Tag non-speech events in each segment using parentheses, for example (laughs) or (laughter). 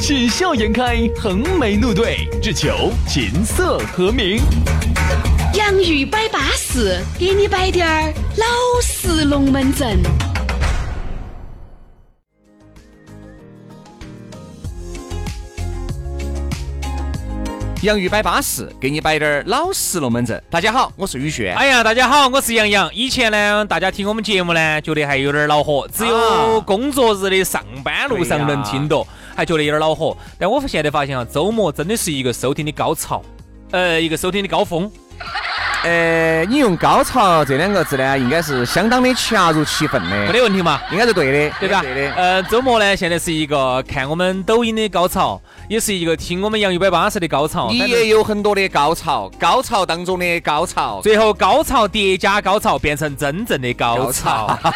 喜笑颜开，横眉怒对，只求琴瑟和鸣。洋芋摆巴士，给你摆点儿老式龙门阵。洋芋摆巴适，给你摆点儿老实龙门阵。大家好，我是宇轩。哎呀，大家好，我是杨洋。以前呢，大家听我们节目呢，觉得还有点恼啊火，只有工作日的上班路上能听到，还觉得有点恼火。但我现在发现啊，周末真的是一个收听的高潮，呃，一个收听的高峰。呃，你用“高潮”这两个字呢，应该是相当的恰如其分没的，得问题嘛，应该是对的，对吧？对的。呃，周末呢，现在是一个看我们抖音的高潮，也是一个听我们洋芋摆巴士的高潮。你反正也有很多的高潮，高潮当中的高潮。最后高潮叠加高潮，变成真正的高潮。 (laughs)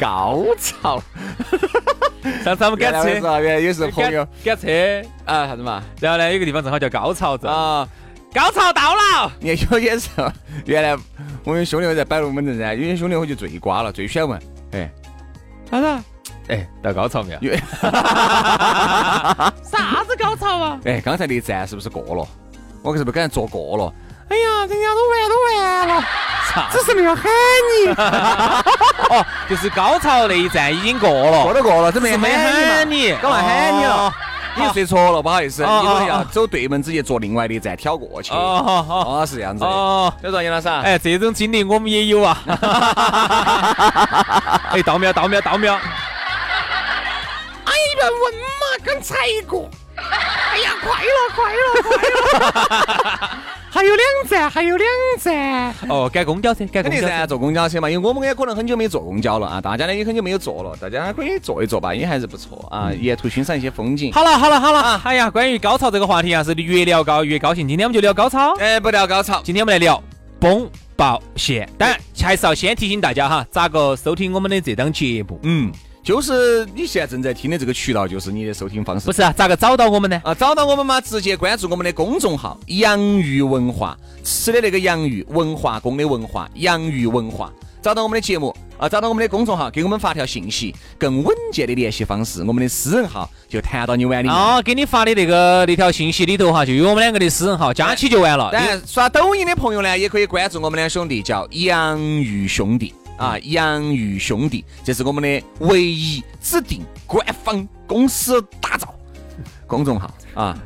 高潮，上次我们赶 (laughs) 原来我知车，道原来也是朋友赶赶车，啊，啥子嘛然后呢，有个地方正好叫高潮镇。啊，高潮到了，你看有些时候，原来我们兄弟伙在摆龙门阵噻，有些兄弟伙就最瓜了，最喜欢问，哎，啥子？哎，到高潮没有？因为 (laughs) 啥子高潮啊？哎，刚才那一站是不是过了？我是不是刚才坐过了？哎呀，人家都完都完了，啥？啊是没有喊你，哦，就是高潮那一站已经过过了，都过了，这没哦是没喊喊你你，嘛，刚才喊你了，你又睡着了，不好意思，你啊哦可能要哦走对门直接坐另外的一站挑过去。哦。哦哦哦，是这样子哦的。哦。就说杨老师啊，哎，这种经历我们也有啊！ (laughs) 哎，到秒，到秒，到秒！哎你不要问嘛，刚才一个。 (laughs) 还有两站，还有两站。哦，赶公交车，赶肯公定交噻，车。坐公交车嘛，因为我们也可能很久没坐公交了啊，大家呢也很久没有坐了，大家可以坐一坐吧，也还是不错啊，沿途欣赏一些风景。嗯好了，好了，好了！啊哎呀，关于高潮这个话题啊，是越聊高越高兴。今天我们就聊高潮。哎，不聊高潮，今天我们来聊崩爆线，当然还是要先提醒大家哈，咋个收听我们的这档节目？嗯，就是你现在正在听的这个渠道，就是你的收听方式不。是啊，咋个找到我们呢？啊，找到我们嘛，直接关注我们的公众号“洋芋文化”，吃的那个洋芋，文化宫的文化，洋芋文化。找到我们的节目啊，找到我们的公众号，给我们发条信息，更稳健的联系方式，我们的私人号就弹到你碗里面。哦，给你发的那个那条信息里头哈，就有我们两个的私人号，加起就完了。当然，刷抖音的朋友呢，也可以关注我们两兄弟，叫洋芋兄弟啊，洋芋兄弟，这是我们的唯一指定官方公司打造公众号啊，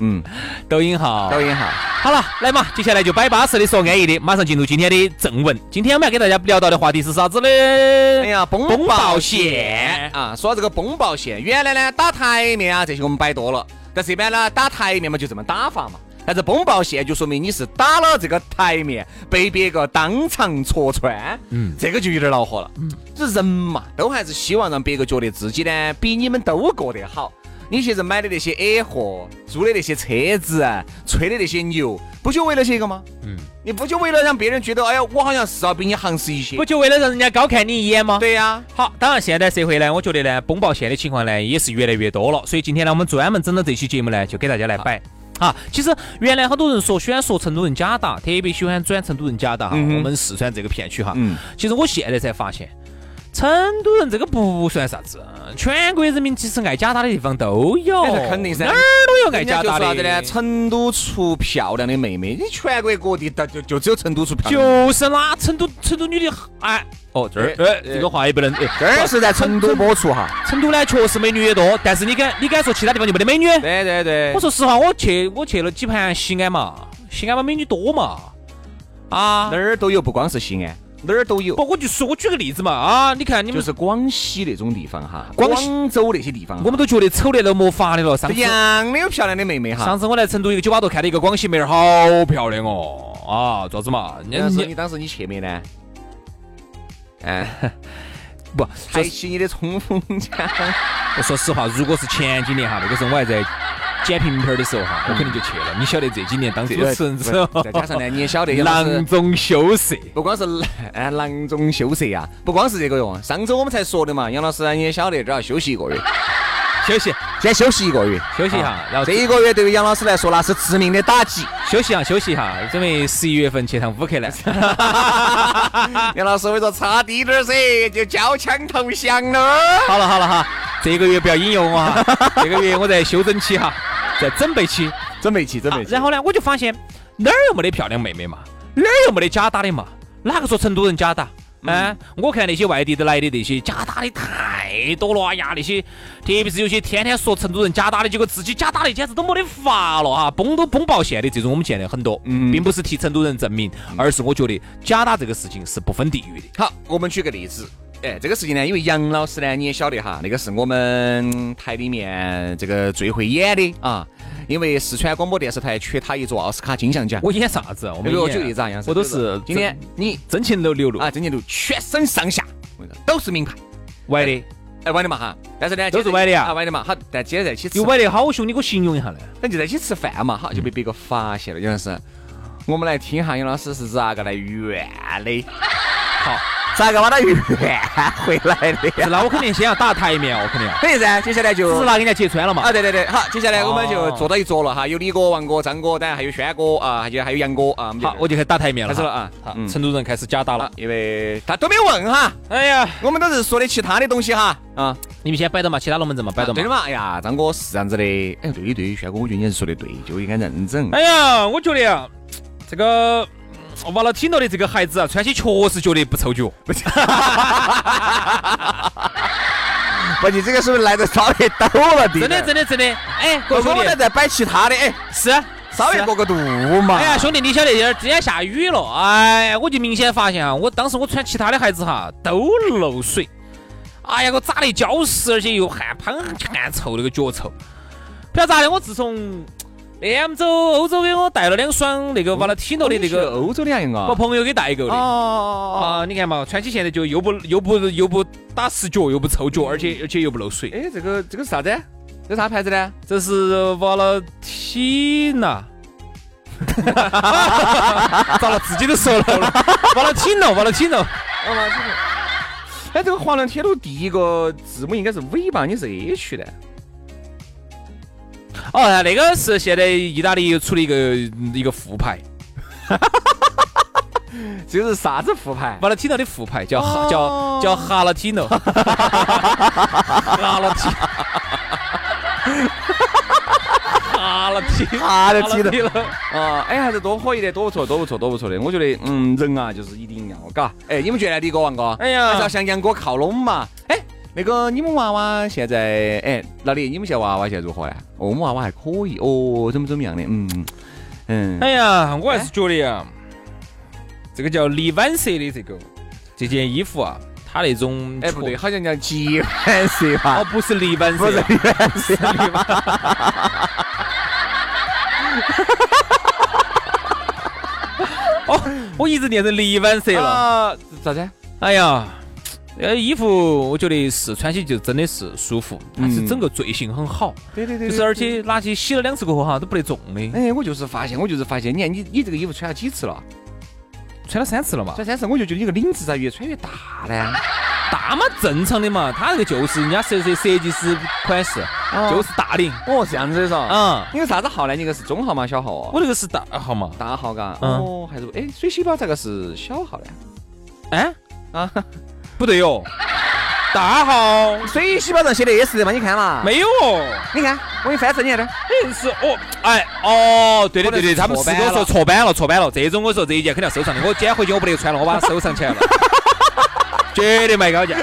嗯，抖音号。抖音号。好了，来嘛，接下来就摆巴适的说安逸的，马上进入今天的正文。今天我们要给大家聊到的话题是啥子呢？哎呀，崩崩爆爆线线啊！说到这个崩爆线，原来呢打台面啊这些我们摆多了，但是一般呢打台面嘛就这么打法嘛。但是崩爆线就说明你是打了这个台面，被别个当场戳穿，嗯，这个就有点恼火了。嗯，这人嘛，都还是希望让别个觉得自己呢比你们都过得好。你现在买的那些 A 货，租的那些车子，啊吹的那些牛，不就为了这个吗？嗯，你不就为了让别人觉得，哎呀，我好像是要比你行实一些不？就为了让人家高看你一眼吗？对呀、好，当然现代社会呢，我觉得呢，崩爆线的情况呢也是越来越多了，所以今天呢，我们专门整了这期节目呢，就给大家来摆。啊，其实原来很多人说喜欢说成都人假打，特别喜欢转成都人假打哈，嗯哼我们四川这个片区哈。嗯其实我现在才发现，成都人这个不算啥子，全国人民其实爱假打的地方都有，那是肯定噻哪儿都有爱人家假就说打啥子的呢？成都出漂亮的妹妹，你全国各地的就就只有成都出漂亮的妹 (laughs) 就妹。是啦，成都成都女的哎，哦这儿哎哎，这个话也不能哎，这儿是在成都播 (laughs) 出哈。成都呢确实美女也多，但是你敢你敢说其他地方就没得美女？对对对我说实话，我去我去了几盘西安嘛，西安嘛美女多嘛，啊哪，儿都有，不光是西安，哪儿都有。不我就说我举个例子嘛啊，你看你就们是广西那种地方哈，广西广州那些地方哈，我们都觉得丑的都没法的了，上一次。样的有漂亮的妹妹哈。上次我来成都一个酒吧头看到一个广西妹儿，好漂亮哦！啊，咋子嘛？人人家说家 (laughs) 你当时你去没呢？哎，不，抬起你的冲锋 (laughs) 枪。我说实话，如果是前几年哈，那个时候我还在捡瓶瓶儿的时候哈，我肯定就去了。你晓得这几年当主持人之后，再加上呢， (laughs) 你也晓得，囊中羞涩。不光是哎囊中羞涩呀，不光是这个哟。上周我们才说的嘛，杨老师啊你也晓得，这要休息一个 (laughs) 月，休息先休息一个月，休息一下，然后啊这一个月对于杨老师来说那是致命的打击。休息一下，休息一下，准备十一月份去趟乌克 (laughs) 兰。啊杨老师我跟你说，差低点儿噻，就交枪投降了。好了好了哈，这个月不要引诱我哈， (laughs) 这个月我在休整期哈，在准备期。准备起，准备起、啊。然后呢，我就发现哪儿又没得漂亮妹妹嘛，哪儿又没得假打的嘛。哪个说成都人假打？哎、嗯，我看那些外地的来的那些假打的太多了，哎呀，那些特别是有些天天说成都人假打的，结果自己假打的简直都没得法了哈，崩都崩爆线的这种，我们见得很多，嗯、并不是替成都人证明，嗯而是我觉得假打这个事情是不分地域的。好，我们举个例子。哎，这个事情呢，因为杨老师呢，你也晓得哈，那个是我们台里面这个最会演的啊，因为四川广播电视台缺他一座奥斯卡金像奖。我演啥子？我没有举例子啊，杨我都是今天你真情流流露啊，真情流，全身上下都是名牌，歪的，哎歪的嘛哈，但是呢都是歪的啊，歪的嘛好，但今天在一起又歪的好凶，你给我形容一 (laughs) 下呢？那就在一起吃饭嘛，好就被别个发现了，杨老师，我们来听哈杨老师是咋个来圆 (laughs) 的，好。咋个把他圆回来的？是那我肯定先要打台面，我肯定要。可以噻，接下来就只拿人家揭穿了嘛。啊啊，对对对，好，接下来我们就坐到一桌了哈，有李哥、王哥、张哥，当然还有轩哥啊，还有还有杨哥啊。好，我就开始打台面了。开始了啊，好，成都人开始假打了，因为他都没有问哈。哎呀，我们都是说的其他的东西哈。啊，你们先摆到嘛，其他龙门阵嘛，摆到嘛。对的嘛，哎呀，张哥是这样子的，哎，对对，轩哥，我觉得你是说的对，就应该认真。哎呀，我觉得呀，这个。完了，听到的这个孩子啊，穿起确实觉得不凑脚。不，你这个是不是来的稍微抖了点？真啊的，真的，真的。哎，哥哥们在摆其他的，哎，是啊稍微过个度嘛。哎呀，兄弟，你晓得今儿今天下雨了，哎，我就明显发现啊，我当时我穿其他的孩子哈都漏水，哎呀，我扎得焦湿，而且又汗喷汗臭，那个脚臭。不晓得咋的，我自从。m 洲欧洲给我带了两双那个完了 Tino 的那个欧洲的啊，我朋友给代购的。哦啊，你看嘛，穿起现在就又不又不又不打湿脚，又不臭脚，而且而且又不漏水。哎，这个这个是啥子？这啥牌子呢？这是瓦了 (laughs) Tina。咋了？自己都说 (laughs) 漏了。瓦了 Tino，瓦了 Tino。哦哎，这个华南铁路第一个字母应该是 V 吧？你是 H 的。哦，那个是现在意大利又出了一个一个副牌，这个是啥子副牌？巴拉提诺的副牌叫哦叫叫哈拉提诺，哈拉提，哈拉提，哈拉提诺啊！哎，还是多可以的，多不错，多不错，多不错的。我觉得，嗯，人啊，就是一定要，嘎。哎，你们觉得李哥、王哥？哎呀，还是要向杨哥靠拢嘛。哎。那个你们娃娃现在哎，老李，你们现在娃娃现在如何呢？哦，我们娃娃还可以哦，怎么怎么样的？嗯嗯。哎呀，我还是觉得呀，这个叫黎婉舍的这个这件衣服啊，它那种哎不对，好像叫吉婉舍吧？哦，不是黎婉舍，啊不是黎婉舍，黎婉。 (laughs) 哦，我一直念成黎婉舍啊了。咋子？哎呀。呃，衣服我觉得是穿起就真的是舒服，但是整个罪性很好。对嗯对对，就是而且拿起洗了两次过后哈都不得中的。哎，我就是发现，我就是发现，你看你你这个衣服穿了几次了？穿了三次了嘛？穿三次，我就觉得你个领子咋越穿越大 (laughs) 呢？大嘛，正常的嘛，他这个就是人家设设设计师款式，就是大领。哦，这样子的噻。嗯，你个啥子号呢？你个是中号吗？小号哦？我这个是大号嘛。大号嘎。哦，还是哎，水洗包这个是小号呢？哎啊。不对哦 (laughs) 哟，大号水洗包上写的 S 的嘛？你看嘛，没有哦。你看，我给你翻出你看的，嗯是哦，哎哦，对对对对，他们是跟我说错版了，错版了。这种我说这一件肯定要收藏的，我捡回去我不得穿了，我把它收藏起 (laughs) 来了，绝对卖高价。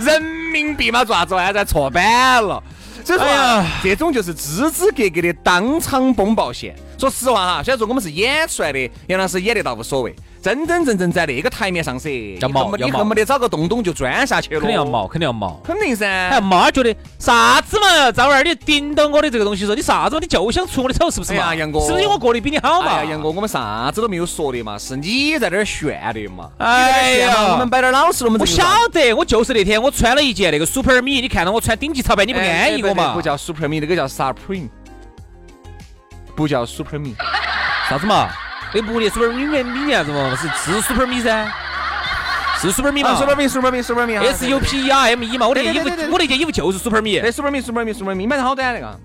人民币嘛，爪子还在错版了。所以说、啊，哎、这种就是支支格格的当场崩爆线。说实话哈，虽然说我们是演出来的，杨老师演得到无所谓。真真正正在那个台面上噻，你要冒恨不要你冒恨不得找个洞洞就钻下去了，肯定要，毛，肯定要毛。肯定哎，噻。妈觉得啥子嘛，赵二，你盯到我的这个东西说，你啥子嘛，你就想出我的丑是不是哎嘛？呀杨哥是不是我过得比你好嘛？哎呀，杨哥，，我们啥子都没有说的嘛，是你在那儿炫的嘛。哎你在那儿炫嘛呀我们摆点老实的，我们我这个哎晓得，我就是那天我穿了一件那个 Super Mi，你看到我穿顶级潮牌，你你哎不安逸我嘛不？叫 Super Me，那个叫 Supreme，不叫 Super Me。啥子嘛？那不那 Super Mi 米啥子嘛？是是 Super Mi 噻，是 Super Mi 嘛 Me 哦 Super Me Super Me 啊？S U P E R M E 嘛？我那件衣服对对对对，对我那件衣服就是 Super Mi。对 Super Me Super Me Super Me 买的好短那个，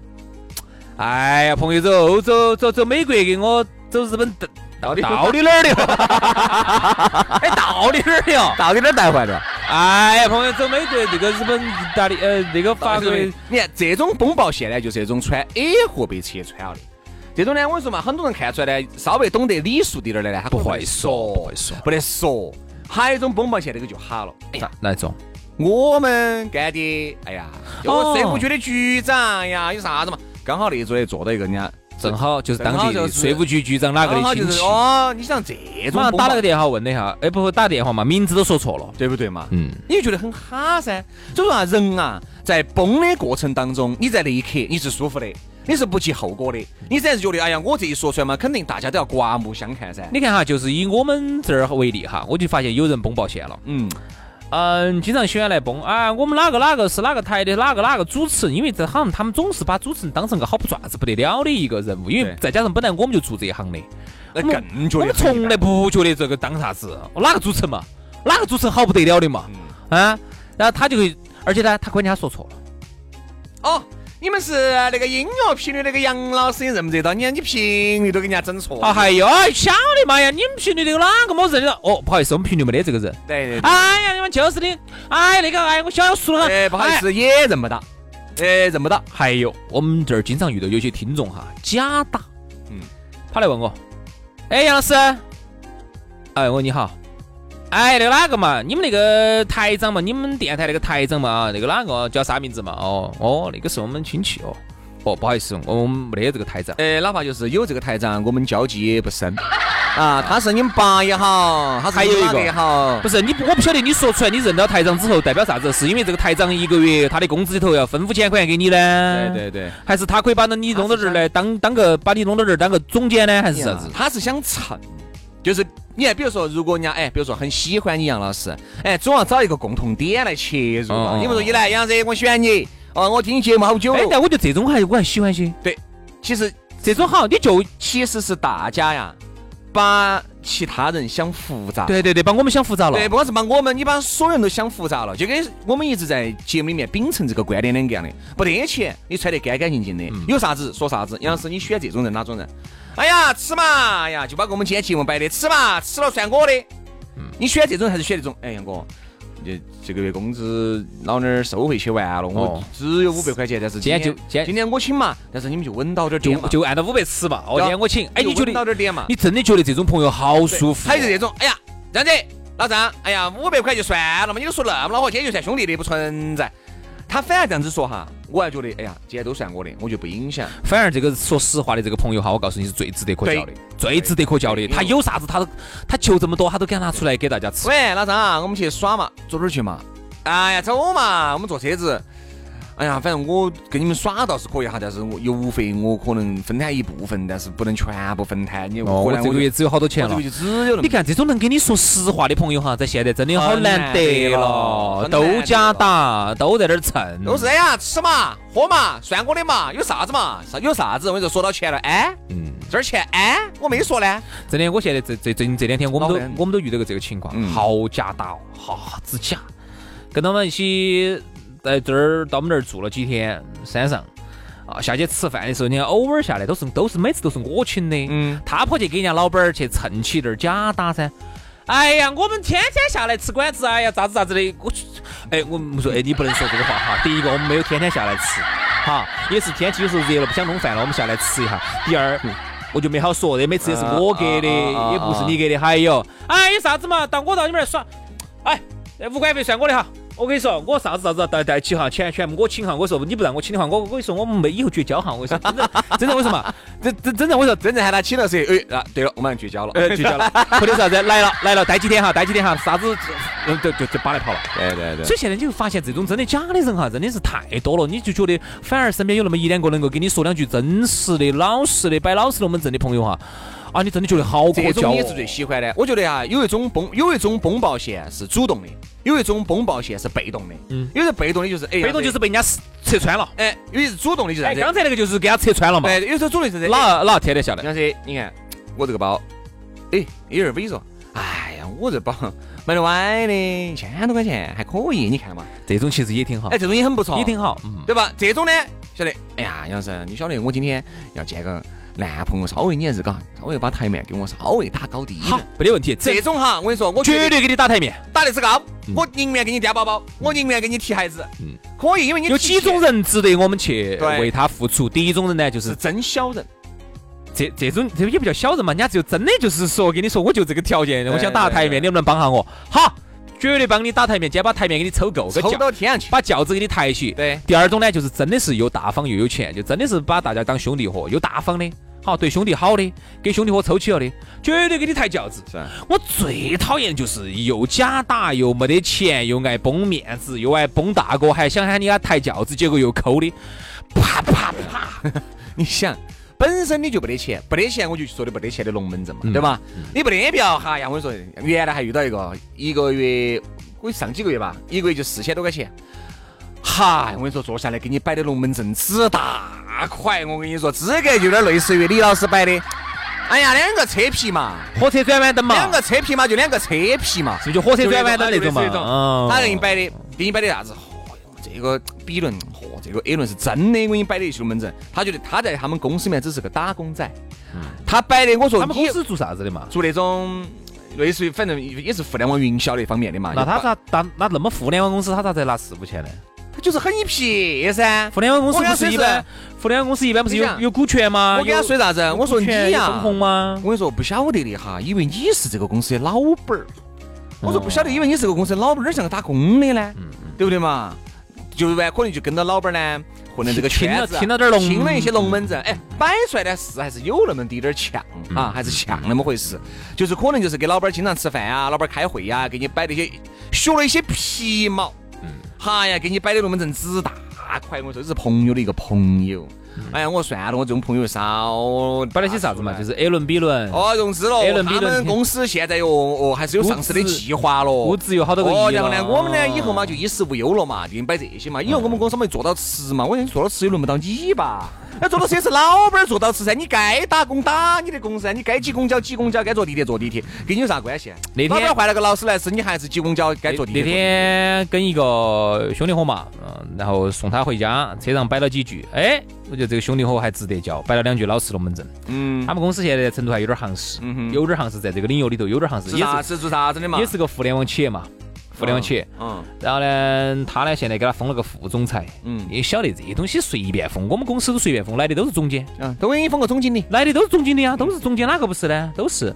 哎呀，朋友走欧洲，走走美国，给我走日本，到底到底哪 (laughs) 儿的？哎，到底哪儿的哟？到底哪儿带坏的？哎呀，朋友走美国，这个日本、意大利，呃，那个法国，你看这种崩爆线呢，就是这种穿 A 货被切穿了的。这种呢，我跟你说嘛，很多人看出来呢，稍微懂得礼数点儿的呢，他不会说不会说不得说。还有一种崩爆线，那个就哈了。哎呀，哪一种？我们干爹，哎呀，哦有社会局的局长哎呀，有啥子嘛？刚好那一桌也坐到一个人家，正好就是当地正好的就是税务局局长哪个刚好的就亲是戚，哦，你想这种马上崩打爆了个电话问了一下，哎，不不打电话嘛，名字都说错了。对不对嘛？嗯，你就觉得很哈噻。所以说啊，人啊，在崩的过程当中，你在那一刻你是舒服的，你是不计后果的，你只然是觉得，哎呀，我这一说出来嘛，肯定大家都要刮目相看噻。你看哈，就是以我们这儿为例哈，我就发现有人崩爆线了。嗯，嗯，经常喜欢来崩啊，我们哪个哪个是哪个台的哪个哪个主持人，因为这好像他们总是把主持人当成个好不爪子不得了的一个人物，因为对再加上本来我们就做这一行的，那我们更觉我得们从来不觉得这个当啥子，哦哪个主持人嘛，哪个主持人好不得了的嘛，嗯啊，然后他就会，而且呢，他关键他说错了。哦。你们是啊那个音乐频率那个杨老师，你认不认得到？你看你频率都给人家整错了。啊，还有，哎晓得嘛呀？你们频率那个哪个么认得到？哦，不好意思，我们频率没得这个人。对对对，哎呀，你们就是的，哎呀那个，哎，我晓得我输了。哎，不好意哎。思，也认不到，哎，认不到。还有，我们这儿经常遇到有些听众哈，假打，嗯嗯，跑来问我，哎，杨老师，哎，我你好，哎，那个哪个嘛，你们那个台长嘛，你们电台那个台长嘛，啊那个哪个叫啥名字嘛？哦哦，那个是我们亲戚哦。哦，不好意思，我们没得这个台长。哎，哪怕就是有这个台长，我们交际也不深啊。他是你们爸也好，他是还有你一哪个个也好，不是你不，我不晓得你说出来，你认到台长之后代表啥子？是因为这个台长一个月他的工资里头要分五千块钱给你呢？对对对，还是他可以把你弄到这儿来当当个把你弄到这儿当个总监呢？还是啥子？他是想蹭，就是你看，比如说，如果人家哎，比如说很喜欢你杨老师，哎，总要找一个共同点来切入嘛。嗯你不说一来杨老师，我喜欢你，哦，我听你节目好久哎，了。但我觉得这种还我还喜欢些，其实这种好，你就其实是大家呀，把其他人想复杂。对对对，把我们想复杂了。对，不光是把我们，你把所有人都想复杂了，就跟我们一直在节目里面秉承这个观点两个样的，不得钱，你穿得干干净净的，嗯有啥子说啥子。杨老师，你选这种人哪种人？哎呀，吃嘛，哎呀，就把我们今天节目摆的，吃嘛，吃了算我的。嗯你选这种还是选那种？哎，杨哥。你这个月工资老娘儿收回去完了，我哦只有五百块钱，但是今天就今天今天我请嘛，但是你们就稳到点儿点就嘛，就按照五百吃嘛，哦，对啊今天我请。哎，你觉稳得到点儿点嘛，你真的觉得这种朋友好舒服？哦还有就这种，哎呀，这样子，老张，哎呀，五百块就算了嘛，你都说那么恼火，今天就算兄弟的不存在。他反而这样子说哈，我还觉得，哎呀，今天都算我的，我就不影响。反而这个说实话的这个朋友哈，我告诉你是最值得可交的对，最值得可交的。对他有啥子他都他求这么多，他都敢拿出来给大家吃。喂，老张啊，我们去耍嘛，坐哪儿去嘛？哎呀，走嘛，我们坐车子。哎呀，反正我跟你们耍倒是可以哈，但是我油费我可能分摊一部分，但是不能全部分摊。你哦，我回来这个就月只有好多钱我这了个。就只有那么你看这种能跟你说实话的朋友哈，在现在真的好很难难得得了了，都假打，都在那儿蹭，都是哎呀，吃嘛，喝嘛，算我的嘛，有啥子嘛？啥有啥子？我跟你说，说到钱了，哎，嗯，这儿钱，哎，我没说呢。真的，我现在这这最近这两天，我们恼人都我们都遇到过这个情况，嗯好假打哦，哈子假，跟他们一起在这儿到我们这儿住了几天，山上啊，下去吃饭的时候，你看偶尔下来都是都是每次都是我请的，嗯，他跑去给人家老板儿去蹭起点儿假打噻。哎呀，我们天天下来吃馆子，哎呀，咋子咋子的，我去，哎，我们说，哎，你不能说这个话哈。第一个，我们没有天天下来吃，哈，也是天气有时候热了不想弄饭了，我们下来吃一下。第二，嗯我就没好说的，每次也是我给的，啊啊啊也不是你给的。还有，哎，有啥子嘛，到我到你们那儿耍，哎，那五块钱费算我的哈，我跟你说，我啥子啥子带带起哈，全全部我请哈。我说你不让我请的话，我我跟你说，我们没以后绝交哈。我跟你说，真的 (laughs) 真的，我说嘛，真真真的，我说真正喊他请了是，哎，啊，对了，我们 (laughs) 绝交了。呃，绝交了，或者是啥子来了来了，待几天哈，待几天哈，啥子呃就就就把来跑了。对对对所以现在你就发现这种真的假的人哈，真的是太多了，你就觉得反而身边有那么一两个能够跟你说两句真实的、老实的、摆老实龙门阵的朋友哈，啊，你真的觉得好可这交种哦。也是最喜欢的。我觉得啊，有一种崩，有一种崩爆线是主动的，有一种崩爆线是被动的。嗯，有的被动的就是哎，被动就是被人家扯穿了。哎，有一是主动的就是啥哎，子？刚才那个就是给他扯穿了嘛，哎，有时候主动就是哎哪哪天得下来？像是你看我这个包，哎，有点猥琐。哎呀，我这包买的歪的，一千多块钱还可以，你看嘛。这种其实也挺好哎，，这种也很不错，也挺好。嗯，对吧？这种呢，晓得，哎呀，杨老师，你晓得我今天要见个男朋友，稍微你也是嘎，稍微把台面给我稍微打高低一点。好，没得问题，这嗯这种哈，我跟你说，我绝对给你打台面。打的是高，我宁愿给你掉包包，我宁愿给你提孩子，可以，因为你有几种人人值得我们去对为他付出？第一种人呢，就是是真小人，这这种这也不叫小人嘛，人家只有真的就是说跟你说，我就这个条件，我想打台面，你能不能帮下我？好，绝对帮你打台面，今天把台面给你抽够，个抽轿到天上去。把轿子给你抬起。对第二种呢，就是真的是又大方又有钱，就真的是把大家当兄弟伙，又大方的，好对兄弟好的，给兄弟伙抽起了的，绝对给你抬轿子。是啊我最讨厌就是又假打又没得钱，又爱崩面子，又爱崩大哥，还想喊你给他抬轿子，结果又抠的，啪啪啪。你想，本身你就没得钱，没得钱我就说的没得钱的龙门阵嘛，对吧？你没得必要哈呀！我跟你说，原来还遇到一个，一个月，我上几个月吧，一个月就四千多块钱。嗨，我跟你说，坐下来给你摆的龙门阵之大块，我跟你说，资格就有点类似于李老师摆的。哎呀，两个车皮嘛，火车转弯灯嘛，两个车皮嘛，就两个车皮嘛，是不是就火车转弯灯那种嘛？他给你嗯，摆的，给你摆的啥子？嚯这个 B 轮，嚯，这个 A 轮是真的，我给你摆的一些龙门阵。他觉得他在他们公司里面只是个打工仔，他摆的，我说他们公你司做啥子的嘛？做那种类似于反正也是互联网营销那方面的嘛。那他啊就把咋打那那么互联网公司他咋才拿四五千呢？他就是很一撇噻。互联网公司我跟不他是说一是般，互联网公司一般不是你有想有股权吗？我跟他有说啥子？我说股你啊权有呀分，红吗我？跟你说不晓得的哈，以为你是这个公司的老板儿。嗯我说不晓得，以为你是个公司的老板儿，哪像个打工的呢？嗯对不对嘛？就完可能就跟着老板儿呢混的这 (laughs) 个听圈了子，听了点儿龙嗯听了一些龙门阵，哎，摆出来的是还是有那么滴点儿呛啊，还是呛那么回事。就是可能就是给老板儿经常吃饭啊，老板儿开会呀、给你摆那些学了一些皮毛。嗯哈呀，给你摆的龙门阵只大块，我说这是朋友的一个朋友。哎呀，我算了，我这种朋友少嗯摆那些啥子啊嘛？就是是 A 轮 B 轮，哦，融资了 A 轮，B 他轮们公司现在哟哦还是有上市的估值计划了，估值有好多个亿哦，然后了呢，我们呢哦以后嘛就衣食无忧了嘛，就摆这些嗯嘛。以后我们公司嘛就做到吃嘛，我想做到吃又轮不到你吧？那做到吃也是老板儿做到吃噻，你该打工打你的工噻，你该挤公交挤公交，该坐地铁坐地铁，跟你有啥关系？那天老板换了个劳斯莱斯，你还是挤公交该坐地那铁。坐地铁天跟一个兄弟伙嘛，嗯，然后送他回家，车上摆了几句，哎，我觉得这个兄弟伙还值得交，摆了两句老实龙门阵。嗯他们公司现在在成都还有点行市，有点行市，在这个领域里头有点行市，是也啥是是做啥子的嘛？也是个互联网企业嘛，互联网企业。嗯，然后呢，他呢现在给他封了个副总裁，嗯你也晓得这些东西随便封，我们公司都随便封，来的都是总监，嗯，都给你封个总经理。来的都是总经理啊，都是总监，哪个不是呢？都是。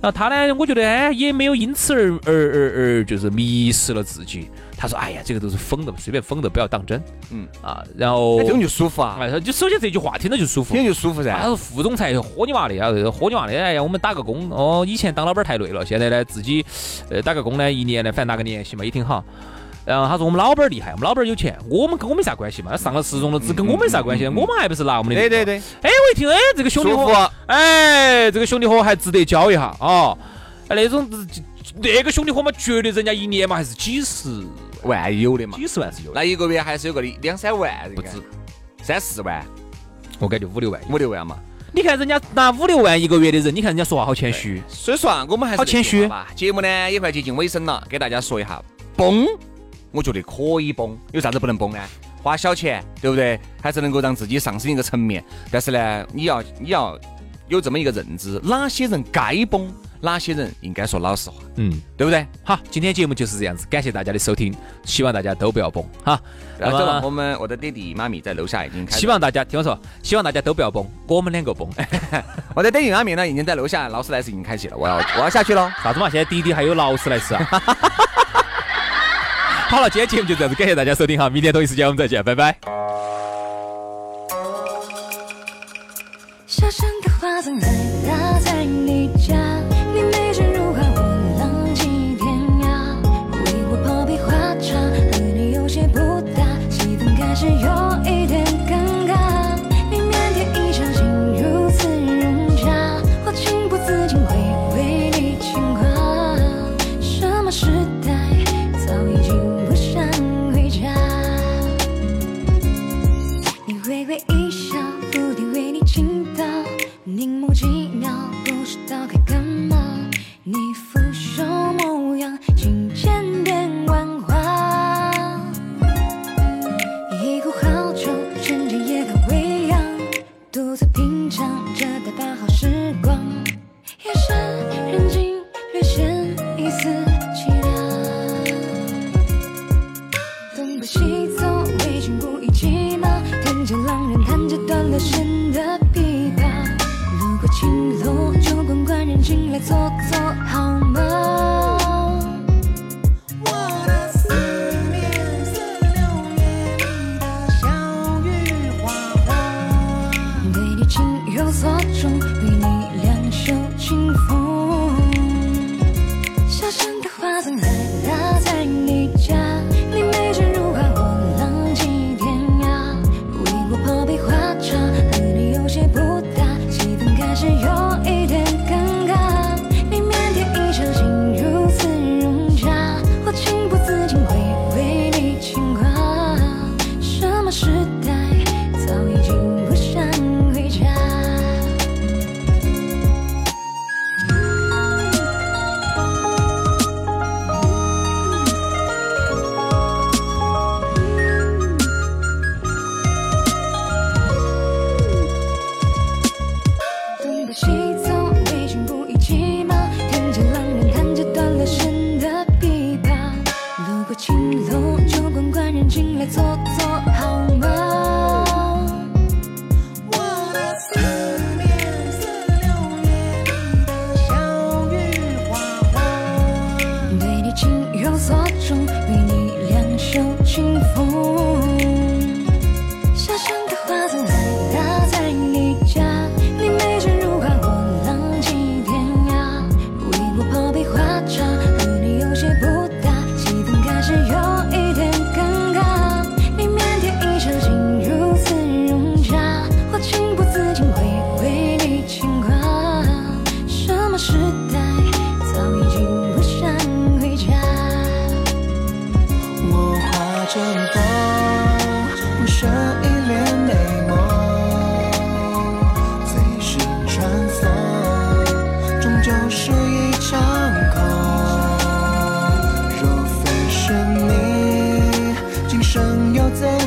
然后他呢，我觉得哎，也没有因此而而而而就是迷失了自己。他说：“哎呀，这个都是封的，随便封的，不要当真。”嗯啊，然后哎这种就舒服啊，哎，哦他就首先这句话听着就舒服听。着就舒服他噻。是副总裁，豁你娃的，啊，豁你娃的！哎呀，我们打个工哦，以前当老板太累了，现在呢自己呃打个工呢，一年呢反正拿个年薪嘛也挺好。然后他说我们老板儿厉害，我们老板儿有钱，我们跟我们啥关系嘛？他上了十中了，只跟我们啥嗯关系？我们还不是拿我们的？对对。对，哎，我一听，哎，这个兄弟舒服啊伙，哎，这个兄弟伙还值得交一下啊！哦哎，那种那个兄弟伙嘛，绝对人家一年嘛还是几十万一有的嘛。几十万是有的，那一个月还是有个两三万，不止，三四万、我感觉五六万。五六万嘛。你看人家拿五六万一个月的人，你看人家说话好谦虚。所以说啊，我们还是好谦虚那句话吧。节目呢也快接近尾声了，给大家说一下，崩，我觉得可以崩，有啥子不能崩呢？花小钱，对不对？还是能够让自己上升一个层面。但是呢，你要你要有这么一个认知，哪些人该崩，哪些人应该说老实话，嗯，对不对？好，今天节目就是这样子，感谢大家的收听，希望大家都不要崩哈。然那后走么了，我们我的爹地妈咪在楼下已经开始希望大家听我说，希望大家都不要崩，我们两个崩。啊我的爹地妈咪呢已经在楼下，劳斯莱斯已经开启了，我要我要下去喽。 (laughs) 啥子嘛？现在滴滴还有劳斯莱斯啊。好了，今天节目就这样子，感谢大家收听哈，明天同一时间我们再见，拜拜。小城的花曾来打在你家，你美眷如画，我浪迹天涯。微波泡杯花茶和你有些不搭，气氛开始有一点尴尬。你腼腆一场，竟如此融洽，我情不自禁会为你牵挂。什么时代，早已经不想回家。你微微一笑，蝴蝶为你倾倒，凝眸几秒，不知道该干嘛。你拂袖模样，竟千变万化。一壶好酒，趁着夜还未央，独自品尝这大半好时光。夜深人静，略显一丝凄凉。东北西走，为情不以其貌。天着浪人弹着断了弦的琵琶，路过青楼就管管人进来坐坐好吗？我的思念似六月里的小雨哗哗。对你情有所钟，与你两袖清风。小城的花曾来打在你家，你美眷如画，我浪迹天涯。为我泡杯花茶，和你有些不搭，气氛开始有一点尴尬。你腼腆一笑，竟如此融洽，我情不自禁会为你牵挂。什么时代，早已经不想回家。东北西走，为情不以其貌。天着浪人弹着断了弦的琵琶，路过青楼就管管人进来坐坐好吗？我的思念似六月里的小雨哗哗。对你情有所钟，与你两袖清风。小城的花曾来打在你家，你美眷如画，我浪迹天涯。为我泡杯花茶，和你有些不搭，气氛开始有一点尴尬。你腼腆一笑，竟如此融洽，我情不自禁会为你牵挂。什么时代，早已经不想回家。我化成风，不舍一帘美梦，随时穿梭，终究是一场空。若非是你，今生又怎